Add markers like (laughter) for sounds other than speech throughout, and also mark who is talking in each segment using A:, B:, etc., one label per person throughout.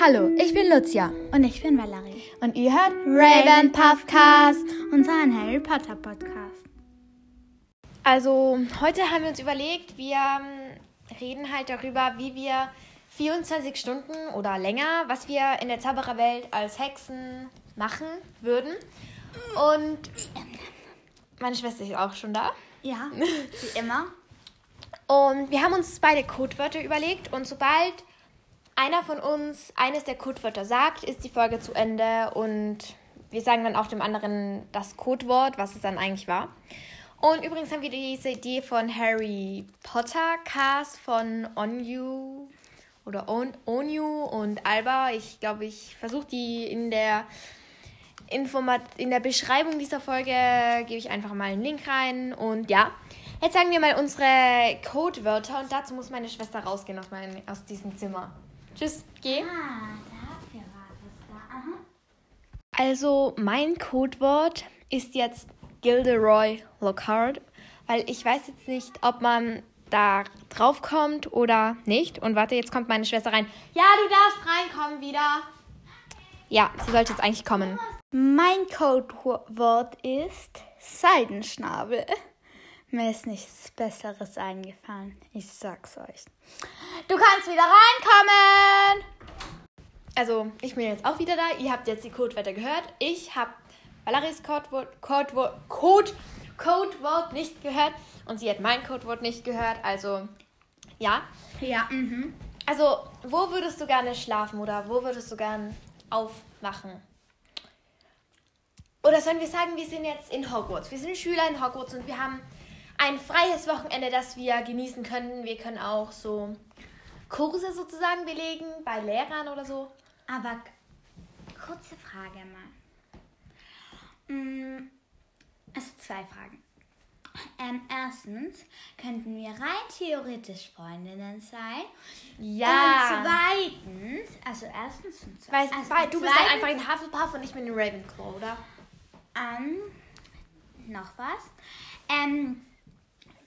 A: Hallo, ich bin Lucia
B: Und ich bin Valerie.
A: und ihr hört
B: Ravenpuffcast. Unseren Harry Potter Podcast.
C: Also heute haben wir uns überlegt, wir ähm, reden halt darüber, wie wir 24 Stunden oder länger, was wir in der Zaubererwelt als Hexen machen würden. Und meine Schwester ist auch schon da.
B: (laughs) Ja, wie immer.
C: Und wir haben uns beide Codewörter überlegt und sobald einer von uns eines der Codewörter sagt, ist die Folge zu Ende und wir sagen dann auch dem anderen das Codewort, was es dann eigentlich war. Und übrigens haben wir diese Idee von Harry Potter Cast von Onyu oder On Onyu und Alba. Ich glaube, ich versuche die in der Informat in der Beschreibung dieser Folge gebe ich einfach mal einen Link rein. Und ja, jetzt sagen wir mal unsere Codewörter. Und dazu muss meine Schwester rausgehen aus, mein, aus diesem Zimmer. Tschüss, geh.
B: Ah, dafür war das da. Aha.
C: Also, mein Codewort ist jetzt Gilderoy Lockhart, weil ich weiß jetzt nicht, ob man da drauf kommt oder nicht. Und warte, jetzt kommt meine Schwester rein. Ja, du darfst reinkommen wieder. Ja, sie sollte jetzt eigentlich kommen.
B: Mein Codewort ist Seidenschnabel. Mir ist nichts Besseres eingefallen. Ich sag's euch.
A: Du kannst wieder reinkommen!
C: Also, ich bin jetzt auch wieder da. Ihr habt jetzt die Codewörter gehört. Ich habe Valeries Codewort, Codewort, Code, Codewort nicht gehört und sie hat mein Codewort nicht gehört. Also, ja.
B: Ja, mm.
C: Also, wo würdest du gerne schlafen oder wo würdest du gerne aufwachen? Oder sollen wir sagen, wir sind jetzt in Hogwarts. Wir sind Schüler in Hogwarts und wir haben ein freies Wochenende, das wir genießen können. Wir können auch so Kurse sozusagen belegen bei Lehrern oder so.
B: Aber k- kurze Frage mal. Mm, Also zwei Fragen. Ähm, erstens könnten wir rein theoretisch Freundinnen sein. Und
C: Ja.
B: zweitens, also erstens und zwe-
C: Weißt,
B: also
C: weil du bist dann
B: zweitens
C: einfach in Hufflepuff und ich bin in Ravenclaw, oder?
B: an noch was. Ähm,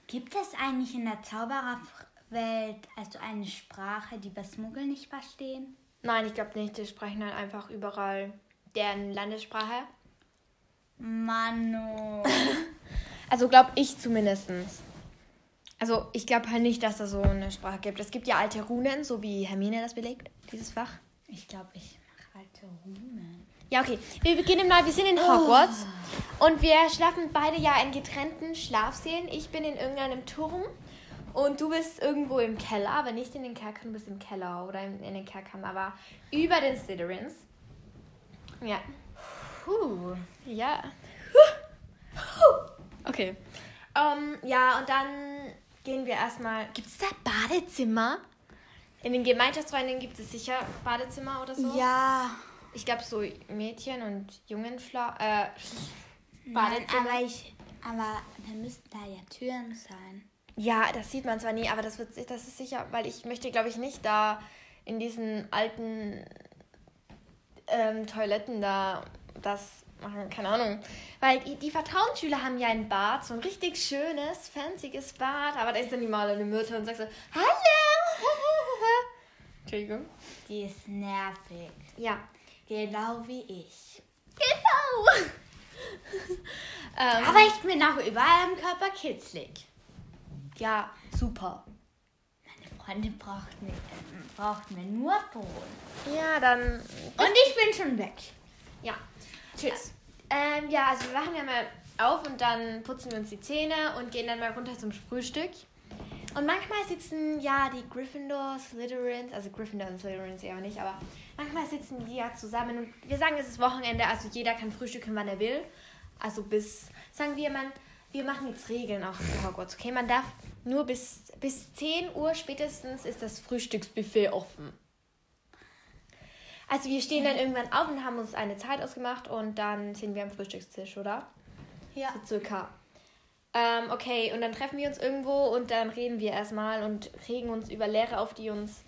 B: gibt es eigentlich in der Zaubererwelt also eine Sprache, die wir Muggel nicht verstehen?
C: Nein, ich glaube nicht. Die sprechen halt einfach überall deren Landessprache.
B: Manu.
C: Also glaube ich zumindestens. Also ich glaube halt nicht, dass da so eine Sprache gibt. Es gibt ja alte Runen, so wie Hermine das belegt, dieses Fach.
B: Ich glaube, ich halt mache alte Runen.
C: Ja, okay. Wir beginnen mal. Wir sind in Hogwarts. Und wir schlafen beide ja in getrennten Schlafsälen. Ich bin in irgendeinem Turm. Und du bist irgendwo im Keller, aber nicht in den Kerkern. Du bist im Keller oder in, in den Kerkern, aber über den Slytherins. Ja.
B: Puh.
C: Ja. Okay. Ähm, ja, und dann gehen wir erstmal. Gibt es da Badezimmer? In den Gemeinschaftsräumen gibt es sicher Badezimmer oder so.
B: Ja.
C: Ich glaube, so Mädchen und Jungenschla äh,
B: Nein,
C: Badezimmer.
B: aber ich. Aber dann müssten da ja Türen sein.
C: ja, das sieht man zwar nie, aber das, wird, si- das ist sicher, weil ich möchte, glaube ich, nicht da in diesen alten ähm, Toiletten da das machen. Keine Ahnung. Weil die, die Vertrauensschüler haben ja ein Bad, so ein richtig schönes, fancyes Bad, aber da ist dann die Malerin Myrte und sagt so, Hallo! (laughs) Entschuldigung.
B: Die ist nervig.
C: Ja,
B: Genau wie ich.
C: genau. ähm,
B: Aber ich bin auch überall im Körper kitzlig.
C: ja, super.
B: Meine Freunde braucht mir, äh, braucht mir nur Bohnen.
C: Ja, dann
B: Und ich bin schon weg.
C: Ja. Tschüss. Ähm, ja, also wir wachen ja mal auf und dann putzen wir uns die Zähne und gehen dann mal runter zum Frühstück. Und manchmal sitzen ja die Gryffindor, Slytherins, also Gryffindor und Slytherins eher nicht, aber manchmal sitzen die ja zusammen und wir sagen, es ist Wochenende, also jeder kann frühstücken, wann er will. Also bis, sagen wir, man, wir machen jetzt Regeln auch für Hogwarts, okay? Man darf nur bis, bis 10 Uhr spätestens ist das Frühstücksbuffet offen. Also wir stehen dann irgendwann auf und haben uns eine Zeit ausgemacht und dann sind wir am Frühstückstisch, oder?
B: Ja.
C: So circa. Ähm, okay, und dann treffen wir uns irgendwo und dann reden wir erstmal und regen uns über Lehrer auf, die uns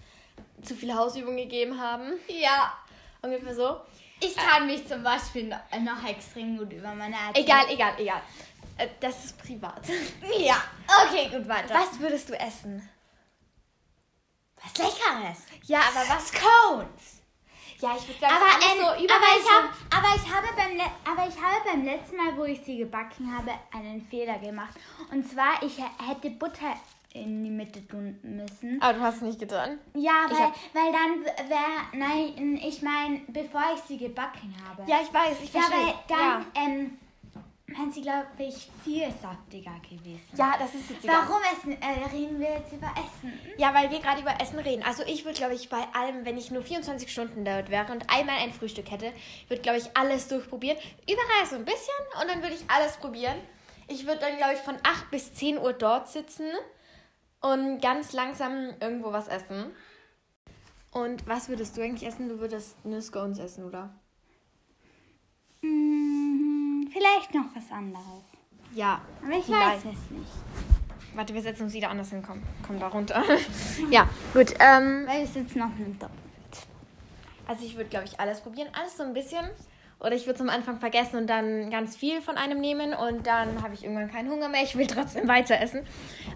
C: zu viele Hausübungen gegeben haben.
B: Ja.
C: Ungefähr so.
B: Ich kann mich zum Beispiel noch, noch extrem gut über meine Erziehung-
C: Egal, egal, egal. Äh, Das ist privat.
B: Ja. Okay, gut,
C: (laughs)
B: weiter.
C: Was würdest du essen?
B: was Leckeres?
C: Ja, aber was?
B: Cones.
C: Ja, ich würde sagen,
B: Aber,
C: alles
B: ähm,
C: so
B: aber, ich
C: überall so-
B: hab, aber, ich habe beim Le- aber ich habe beim letzten Mal, wo ich sie gebacken habe, einen Fehler gemacht. Und zwar, ich h- hätte Butter in die Mitte tun müssen.
C: Aber du hast es nicht getan.
B: Ja,
C: Ich
B: weil,
C: hab-
B: weil dann wäre, nein, ich meine, bevor ich sie gebacken habe.
C: Ja, ich weiß, ich
B: Ja,
C: verstehe.
B: weil dann ähm, wären sie, glaube ich, viel saftiger gewesen.
C: ja. ja, das ist jetzt egal.
B: Warum essen? Äh, reden wir jetzt über Essen?
C: Ja, weil wir gerade über Essen reden. Also ich würde, glaube ich, bei allem, wenn ich nur 24 Stunden dort wäre und einmal ein Frühstück hätte, würde, glaube ich, alles durchprobieren. Überall so ein bisschen und dann würde ich alles probieren. Ich würde dann, glaube ich, von 8 bis 10 Uhr dort sitzen und ganz langsam irgendwo was essen. Und was würdest du eigentlich essen? Du würdest nur Scones essen, oder?
B: Mhm, vielleicht noch was anderes.
C: Ja.
B: Aber ich
C: Vielleicht.
B: weiß es nicht.
C: Warte, wir setzen uns wieder anders hin. Komm, komm da runter. ja, gut. Ähm,
B: Weil wir sitzen noch im Doppel.
C: Also ich würde, glaube ich, alles probieren, alles so ein bisschen. Oder ich würde es am Anfang vergessen und dann ganz viel von einem nehmen und dann habe ich irgendwann keinen Hunger mehr. Ich will trotzdem weiter essen.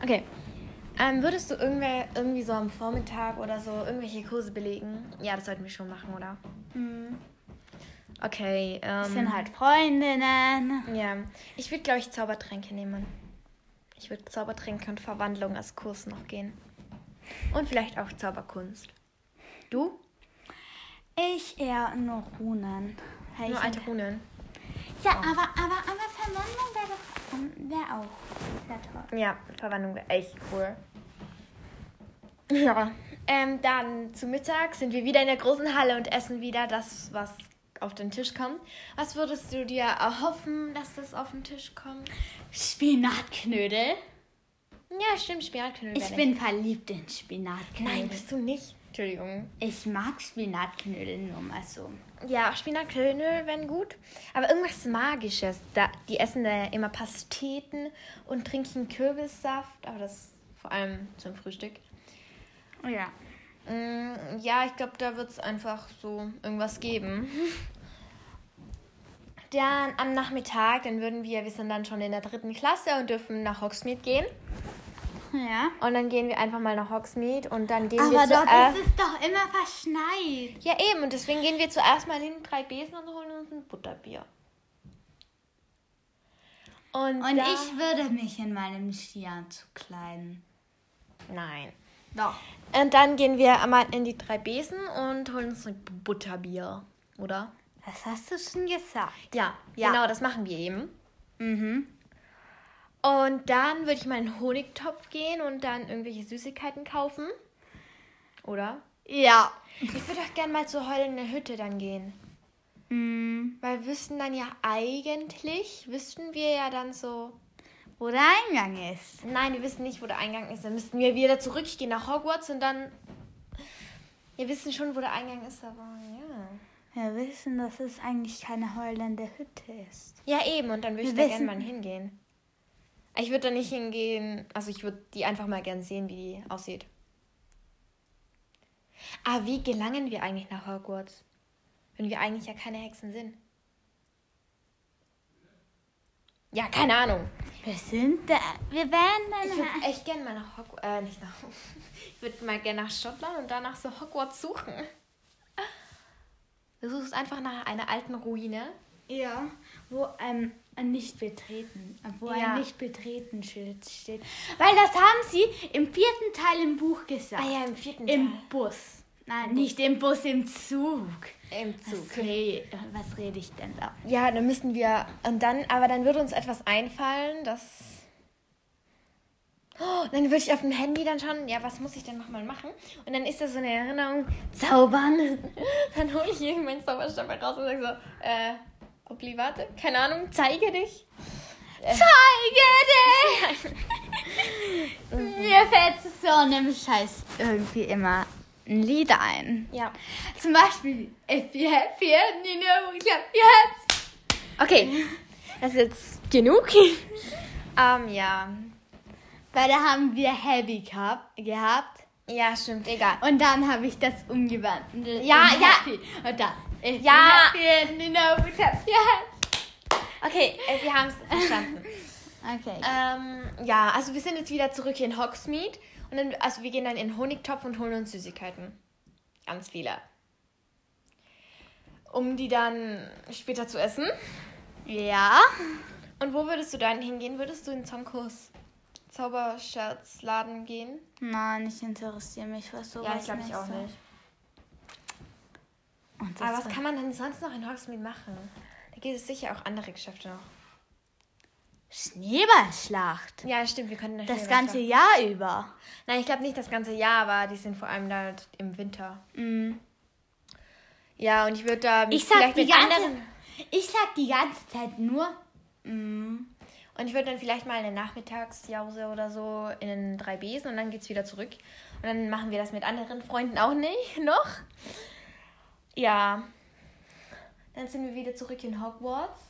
C: Okay. Ähm, würdest du irgendwer, irgendwie so am Vormittag oder so irgendwelche Kurse belegen? Ja, das sollten wir schon machen, oder? Okay.
B: Das
C: Ähm,
B: sind Mhm. halt Freundinnen.
C: ja. Ich würde, glaube ich, Zaubertränke nehmen. Ich würde Zaubertränke und Verwandlung als Kurs noch gehen. Und vielleicht auch Zauberkunst. Du?
B: Ich eher nur Runen. Weil
C: Nur
B: ich-
C: alte Runen.
B: Ja, aber, aber, aber Verwandlung wäre doch ähm, wär auch sehr toll.
C: Ja, Verwandlung wäre echt cool. Ja. Ähm, dann zu Mittag sind wir wieder in der großen Halle und essen wieder das, was auf den Tisch kommt. Was würdest du dir erhoffen, dass das auf den Tisch kommt?
B: Spinatknödel.
C: Ja, stimmt, Spinatknödel.
B: Ich
C: wär
B: bin verliebt in
C: nicht-
B: Spinatknödel.
C: Nein, bist du nicht. Entschuldigung.
B: Ich mag Spinatknödel nur mal so.
C: Ja, Spinatknödel wären gut. Aber irgendwas Magisches. Da, die essen da immer Pasteten und trinken Kürbissaft. Aber das vor allem zum Frühstück.
B: Ja.
C: Mm, Ja, ich glaube, da wird es einfach so irgendwas geben. (laughs) Dann am Nachmittag, dann würden wir, wir sind dann schon in der dritten Klasse und dürfen nach Hogsmeade gehen.
B: Ja.
C: Und dann gehen wir einfach mal nach Hogsmeade und dann gehen wir
B: Aber
C: zu
B: dort ist es doch immer verschneit.
C: Ja, eben, und deswegen gehen wir zuerst mal hin, drei Besen und holen uns ein Butterbier. Und,
B: Und
C: da-
B: ich würde mich in meinem Skianzug kleiden.
C: Nein.
B: Doch.
C: Und dann gehen wir einmal in die drei Besen und holen uns ein Butterbier, oder?
B: Das hast du schon gesagt.
C: Ja,
B: Ja.
C: genau, das machen wir eben.
B: Mhm.
C: Und dann würde ich mal in den Honigtopf gehen und dann irgendwelche Süßigkeiten kaufen. Oder?
B: Ja.
C: Ich würde auch gerne mal zur heulende Hütte dann gehen.
B: Mhm.
C: Weil wir wüssten dann ja eigentlich, wüssten wir ja dann so.
B: Wo der Eingang ist.
C: Nein, wir wissen nicht, wo der Eingang ist. Dann müssten wir wieder zurückgehen nach Hogwarts und dann. Wir wissen schon, wo der Eingang ist, aber ja.
B: Wir wissen, dass es eigentlich keine heulende Hütte ist.
C: Ja, eben, und dann würde ich
B: Wir
C: da gerne mal
B: wissen-
C: hingehen. Ich würde da nicht hingehen. Also, ich würde die einfach mal gern sehen, wie die aussieht. Ah, wie gelangen wir eigentlich nach Hogwarts? Wenn wir eigentlich ja keine Hexen sind. Ja, keine Ahnung.
B: Wir sind da. Wir werden dann.
C: Ich würde echt gerne mal nach Hogwarts. (laughs) Äh, nicht nach. ich würde mal gerne nach Schottland und danach so Hogwarts suchen. Du suchst einfach nach einer alten Ruine.
B: Ja, wo ähm, ein nicht betreten, äh, wo
C: Ja.
B: ein nicht betreten Schild steht. Weil das haben sie im vierten Teil im Buch gesagt.
C: Ah ja, im vierten
B: Im
C: Teil.
B: Bus. Nein, nicht im Bus, im Zug.
C: Im
B: Was, re was rede ich denn da?
C: Ja, dann müssen wir. Und dann, aber dann würde uns etwas einfallen, das. Oh, dann würde ich auf dem Handy dann schauen, ja, was muss ich denn nochmal machen? Und dann ist das so eine Erinnerung, (laughs) zaubern. Dann hole ich hier meinen Zauberstab raus und sage so, äh, Oblivate, keine Ahnung, zeige dich.
B: Äh. Zeige (laughs) dich! Mir fällt zu so einem Scheiß irgendwie immer ein Lied ein.
C: Ja.
B: Zum Beispiel, if you have here, you know, clap your hands.
C: Okay, das ist jetzt genug. Ähm, ja.
B: (laughs) Weil da haben wir Heavy Cup gehabt.
C: Ja, stimmt, egal.
B: Und dann habe ich das umgewandelt.
C: Ja,
B: in
C: ja.
B: Happy. Und dann. Ich
C: Ja.
B: bin happy and you know we have yes.
C: Okay, äh, wir haben es verstanden.
B: Okay.
C: Ähm, ja, also wir sind jetzt wieder zurück hier in Hogsmeade. Und dann, also wir gehen dann in den Honigtopf und holen uns Süßigkeiten. Ganz viele. um die dann später zu essen. Äh,
B: Ja.
C: Und wo würdest du dann hingehen? Würdest du in Zonkos Zauberscherzladen gehen?
B: Nein, ich interessiere mich für sowas.
C: glaub
B: so. Und das
C: Aber was kann man denn sonst noch in Hogsmeade machen? Da gibt es sicher auch andere Geschäfte noch.
B: Schneeballschlacht.
C: Ja, stimmt, wir könnten
B: Das ganze Jahr über.
C: Nein, ich glaube nicht das ganze Jahr, aber die sind vor allem da im Winter. Ja, und ich würde da
B: Mhm. Ich sag,
C: vielleicht
B: die
C: mit
B: ganze,
C: anderen.
B: ich sag die ganze Zeit nur. Mm.
C: Und ich würde dann vielleicht mal eine Nachmittagsjause oder so in den drei Besen und dann geht's wieder zurück. Und dann machen wir das mit anderen Freunden auch nicht (laughs) noch. Ja. Dann sind wir wieder zurück in Hogwarts.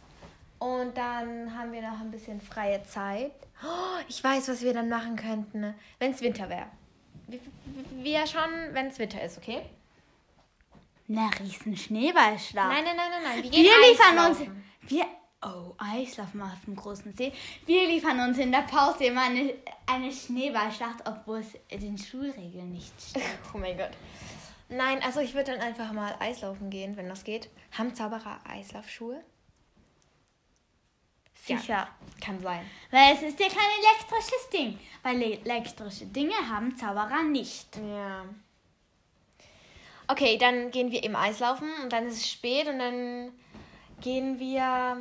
C: Und dann haben wir noch ein bisschen freie Zeit. Oh, ich weiß, was wir dann machen könnten, wenn es Winter wäre. Wir, wir schauen, wenn es Winter ist, okay?
B: Eine riesen Schneeballschlacht.
C: Nein, nein, nein, nein, nein. gehen
B: wir liefern uns.
C: Eislaufen.
B: Wir. Oh, Eislaufen auf dem großen See. Wir liefern uns in der Pause immer eine, eine Schneeballschlacht, obwohl es den Schulregeln nicht steht.
C: (laughs) Oh mein Gott. Nein, also ich würde dann einfach mal Eislaufen gehen, wenn das geht. Haben Zauberer Eislaufschuhe?
B: Sicher.
C: Kann sein.
B: Weil es ist ja kein elektrisches Ding. Weil elektrische Dinge haben Zauberer nicht.
C: Ja. Okay, dann gehen wir eben Eislaufen und dann ist es spät und dann gehen wir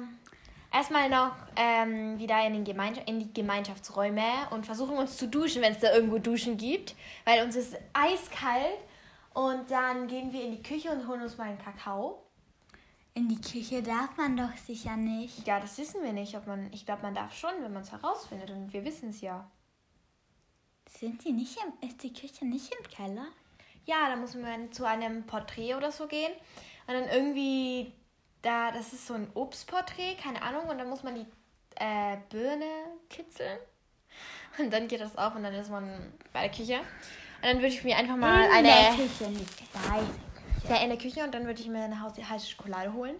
C: erstmal noch ähm, wieder in, den Gemeinschaft, in die Gemeinschaftsräume und versuchen uns zu duschen, wenn es da irgendwo Duschen gibt, weil uns ist eiskalt und dann gehen wir in die Küche und holen uns mal einen Kakao.
B: In die Küche darf man doch sicher nicht.
C: Ja, das wissen wir nicht, ob man. Ich glaube, man darf schon, wenn man es herausfindet. Und wir wissen es ja.
B: Sind die nicht im, ist die Küche nicht im Keller?
C: Ja, da muss man zu einem Porträt oder so gehen. Und dann irgendwie, da, das ist so ein Obstporträt, keine Ahnung. Und dann muss man die äh, Birne kitzeln. Und dann geht das auf und dann ist man bei der Küche. Und dann würde ich mir einfach mal
B: in der
C: eine.
B: Küche nicht. Bei
C: Ja, in der Küche und dann würde ich mir eine Haus- heiße Schokolade holen.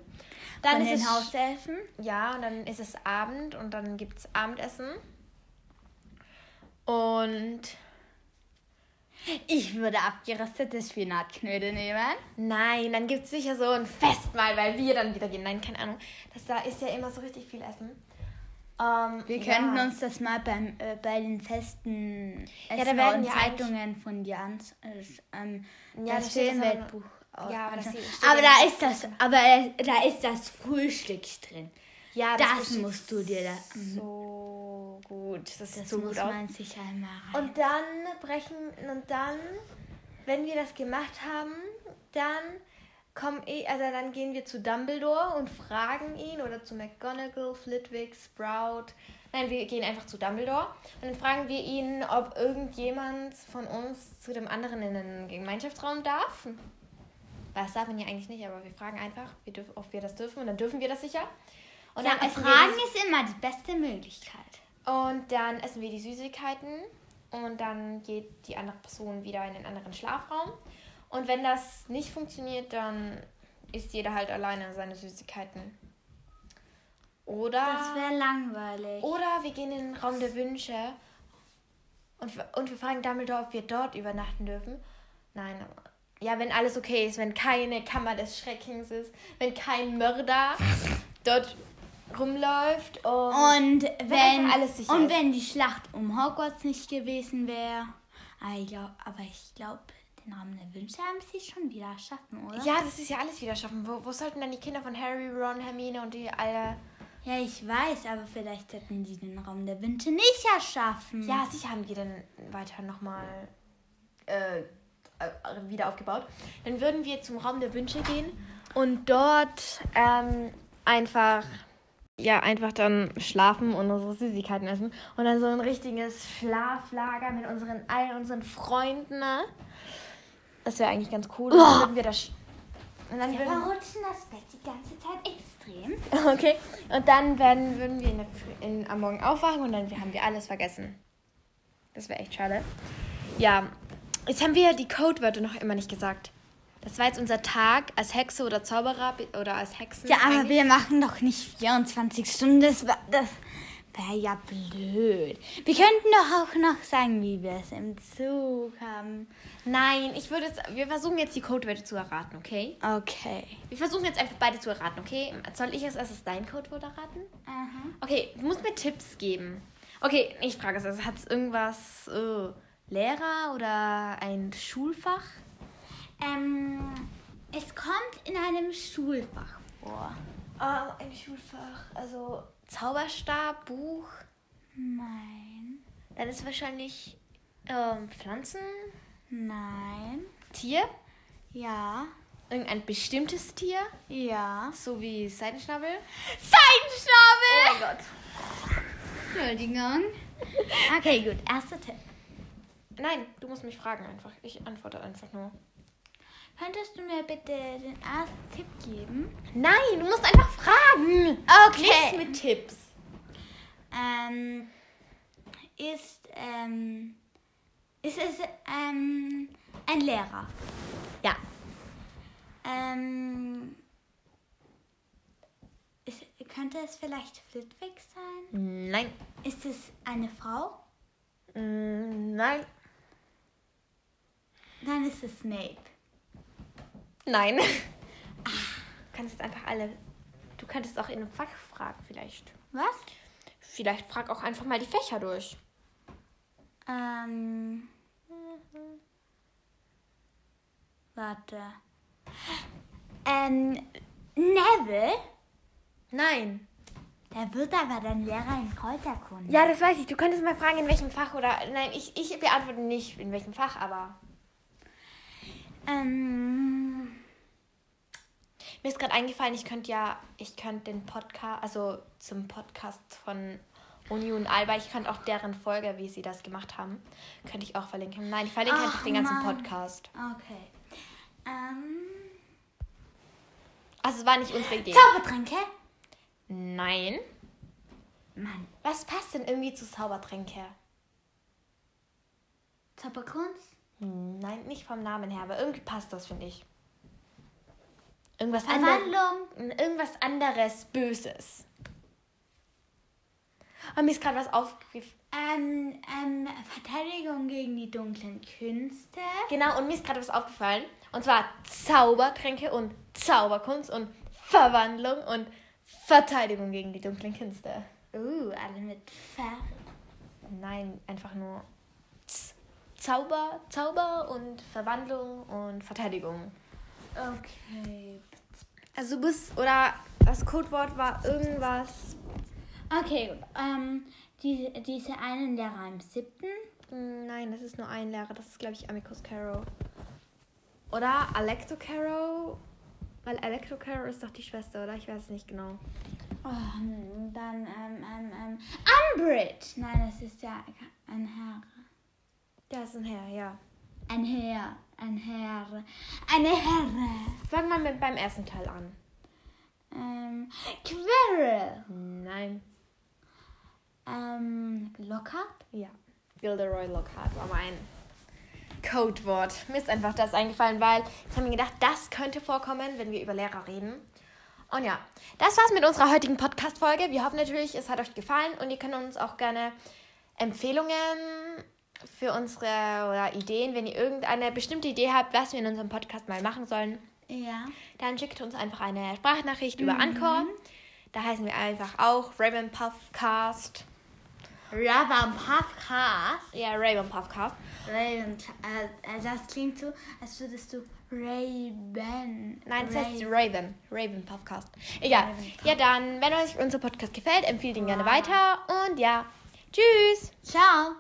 B: Dann
C: Dann ist
B: Von den
C: es
B: Hauselfen.
C: Ja, und dann ist es Abend und dann gibt es Abendessen. Und
B: Ich würde abgeristete Spinatknödel nehmen.
C: nein, dann gibt es sicher so ein Festmahl, weil wir dann wieder gehen. Nein, keine Ahnung. Das, da ist ja immer so richtig viel Essen. Ähm,
B: Wir
C: ja.
B: könnten uns das mal beim, äh, bei den festen
C: da
B: Essen
C: werden
B: und
C: ja
B: Zeitungen von Jans, äh, ähm,
C: Ja, da
B: das
C: steht das aber
B: Filmweltbuch.
C: noch- ja, aber das
B: anschauen.
C: steht
B: äh, also aber
C: ja
B: da
C: noch-
B: ist das, aber äh, da ist das Frühstück drin.
C: Ja,
B: Das,
C: ist
B: musst du dir da.
C: So gut. Das, ist
B: Das
C: so
B: muss
C: gut aus.
B: man sich einmal rein.
C: Und dann brechen, und dann, wenn wir das gemacht haben, dann komm ich, also dann gehen wir zu Dumbledore und fragen ihn oder zu McGonagall, Flitwick, Sprout. Nein, wir gehen einfach zu Dumbledore und dann fragen wir ihn, ob irgendjemand von uns zu dem anderen in den Gemeinschaftsraum darf. Das darf man ja eigentlich nicht, aber wir fragen einfach, wir dürf, ob wir das dürfen und dann dürfen wir das sicher. Und
B: ja,
C: dann essen wir
B: Fragen
C: das-
B: ist immer die beste Möglichkeit.
C: und dann essen wir die Süßigkeiten und dann geht die andere Person wieder in den anderen Schlafraum. Und wenn das nicht funktioniert, dann isst jeder halt alleine seine Süßigkeiten.
B: Das
C: Oder,
B: wäre langweilig.
C: oder wir gehen in den Raum der Wünsche und, wir- und wir fragen Dumbledore, ob wir dort übernachten dürfen. Nein, aber- ja, wenn alles okay ist, wenn keine Kammer des Schreckens ist, wenn kein Mörder dort rumläuft und
B: Und wenn,
C: einfach alles sicher
B: und
C: ist.
B: wenn die Schlacht um Hogwarts nicht gewesen wäre. Aber ich glaube, glaub, den Raum der Wünsche haben sie schon wieder schaffen, oder?
C: Ja, das ist ja alles wieder schaffen. Wo, wo sollten dann die Kinder von Harry, Ron, Hermine und die alle.
B: Ja, ich weiß, aber vielleicht hätten die den Raum der Wünsche nicht erschaffen.
C: Ja, sicher haben die dann weiter nochmal äh, äh, wieder aufgebaut. Dann würden wir zum Raum der Wünsche gehen und dort ähm, einfach. Ja, einfach dann schlafen und unsere Süßigkeiten essen. Und dann so ein richtiges Schlaflager mit unseren all unseren Freunden. Ne? Das wäre eigentlich ganz cool. Und dann würden wir das. sch- Und dann
B: Wir
C: würden
B: verrutschen das Bett die ganze Zeit extrem.
C: (laughs) Okay, und dann werden, würden wir in der, Früh- in, am Morgen aufwachen und dann haben wir alles vergessen. Das wäre echt schade. Ja, jetzt haben wir die Codewörter noch immer nicht gesagt. Das war jetzt unser Tag als Hexe oder Zauberer be- oder als Hexen.
B: Ja, aber
C: eigentlich.
B: wir machen doch nicht 24 Stunden. Das, war- das Wäre ja blöd. Wir könnten doch auch noch sagen, wie wir es im Zug haben.
C: Nein, ich würde jetzt. Wir versuchen jetzt die Codewörter zu erraten, okay?
B: Okay.
C: Wir versuchen jetzt einfach beide zu erraten, okay? Soll ich als erstes dein Codewort erraten?
B: Aha.
C: Okay, du musst mir Tipps geben. Okay, ich frage es. Also, Hat es irgendwas äh, Lehrer oder ein Schulfach?
B: Ähm, es kommt in einem Schulfach vor.
C: Ah, ein Schulfach. Also Zauberstab, Buch.
B: Nein.
C: Dann ist wahrscheinlich ähm, Pflanzen,
B: Nein.
C: Tier,
B: Ja.
C: irgendein bestimmtes Tier,
B: Ja.
C: so wie Seidenschnabel.
B: Seidenschnabel!
C: Oh Gott.
B: Entschuldigung. Okay, gut. Erster Tipp.
C: Nein, du musst mich fragen einfach. Ich antworte einfach nur.
B: Könntest du mir bitte den ersten Tipp geben?
C: Nein, du musst einfach fragen. Nicht mit Tipps.
B: Ähm, ist, ähm, ist es ähm, ein Lehrer?
C: Ja.
B: Ähm, ist, könnte es vielleicht Flitwick sein?
C: Nein.
B: Ist es eine Frau?
C: Mm, Nein.
B: Dann ist es Snape.
C: Nein. Du Ah, (laughs) kannst einfach alle. Du könntest auch in einem Fach fragen, vielleicht.
B: Was?
C: Vielleicht frag auch einfach mal die Fächer durch.
B: Ähm, warte. Ähm, Neville?
C: Nein.
B: Der wird aber dann Lehrer in Kräuterkunde.
C: Ja, das weiß ich. Du könntest mal fragen, in welchem Fach oder. Nein, ich, ich beantworte nicht, in welchem Fach, aber.
B: Ähm,
C: Mir ist gerade eingefallen, ich könnte ja. Ich könnte den Podcast. Also zum Podcast von Uni und Alba. Ich könnte auch deren Folge, wie sie das gemacht haben, könnte ich auch verlinken. Nein, ich verlinke
B: Ach,
C: einfach den ganzen
B: Mann.
C: Podcast.
B: okay. Ähm,
C: Also es war nicht unsere Idee.
B: Zaubertränke?
C: Nein.
B: Mann.
C: Was passt denn irgendwie zu Zaubertränke?
B: Zauberkunst?
C: Hm, Nein, nicht vom Namen her, aber irgendwie passt das, finde ich. Irgendwas, ander Hm,
B: Verwandlung?
C: irgendwas anderes Böses. Und mir ist gerade was aufgefallen.
B: Ähm, ähm, Verteidigung gegen die dunklen Künste?
C: Genau, und mir ist gerade was aufgefallen. Und zwar Zaubertränke und Zauberkunst und Verwandlung und Verteidigung gegen die dunklen Künste.
B: Uh, alle mit Ver...
C: Nein, einfach nur Z Zauber, Zauber und Verwandlung und Verteidigung.
B: Okay.
C: Also du bist, oder das Codewort war irgendwas.
B: Okay, gut. Ähm, diese, diese einen Lehrer im siebten.
C: Nein, das ist nur ein Lehrer. Das ist, glaube ich, Amicus Caro. Oder Alecto Caro. Weil Alecto Caro ist doch die Schwester, oder? Ich weiß es nicht genau.
B: Oh, hm, dann, ähm, ähm, ähm, Umbridge. Nein, das ist ja ein Herr.
C: Ja, ist ein Herr, ja.
B: Ein Herr. Ein Herr. Eine Herre.
C: Fang mal mit beim ersten Teil an.
B: Ähm, Quirrell.
C: Nein.
B: Ähm, Lockhart.
C: Ja. Gilderoy Lockhart war mein Codewort. Mir ist einfach das eingefallen, weil ich habe mir gedacht, das könnte vorkommen, wenn wir über Lehrer reden. Und ja, das war's mit unserer heutigen Podcast-Folge. Wir hoffen natürlich, es hat euch gefallen und ihr könnt uns auch gerne Empfehlungen für unsere oder Ideen, wenn ihr irgendeine bestimmte Idee habt, was wir in unserem Podcast mal machen sollen,
B: Ja.
C: dann schickt uns einfach eine Sprachnachricht über Anchor. Da heißen wir einfach auch Raven Puffcast.
B: Lava und Puffcast.
C: Ja, Raven Puffcast.
B: Raven, äh, äh, das klingt so, als würdest du Raven.
C: Nein, das heißt
B: Raven.
C: Raven. Raven Podcast. Egal. Ja, dann, wenn euch unser Podcast gefällt, empfehlt ihn gerne
B: Wow.
C: weiter. Und ja, tschüss.
B: Ciao.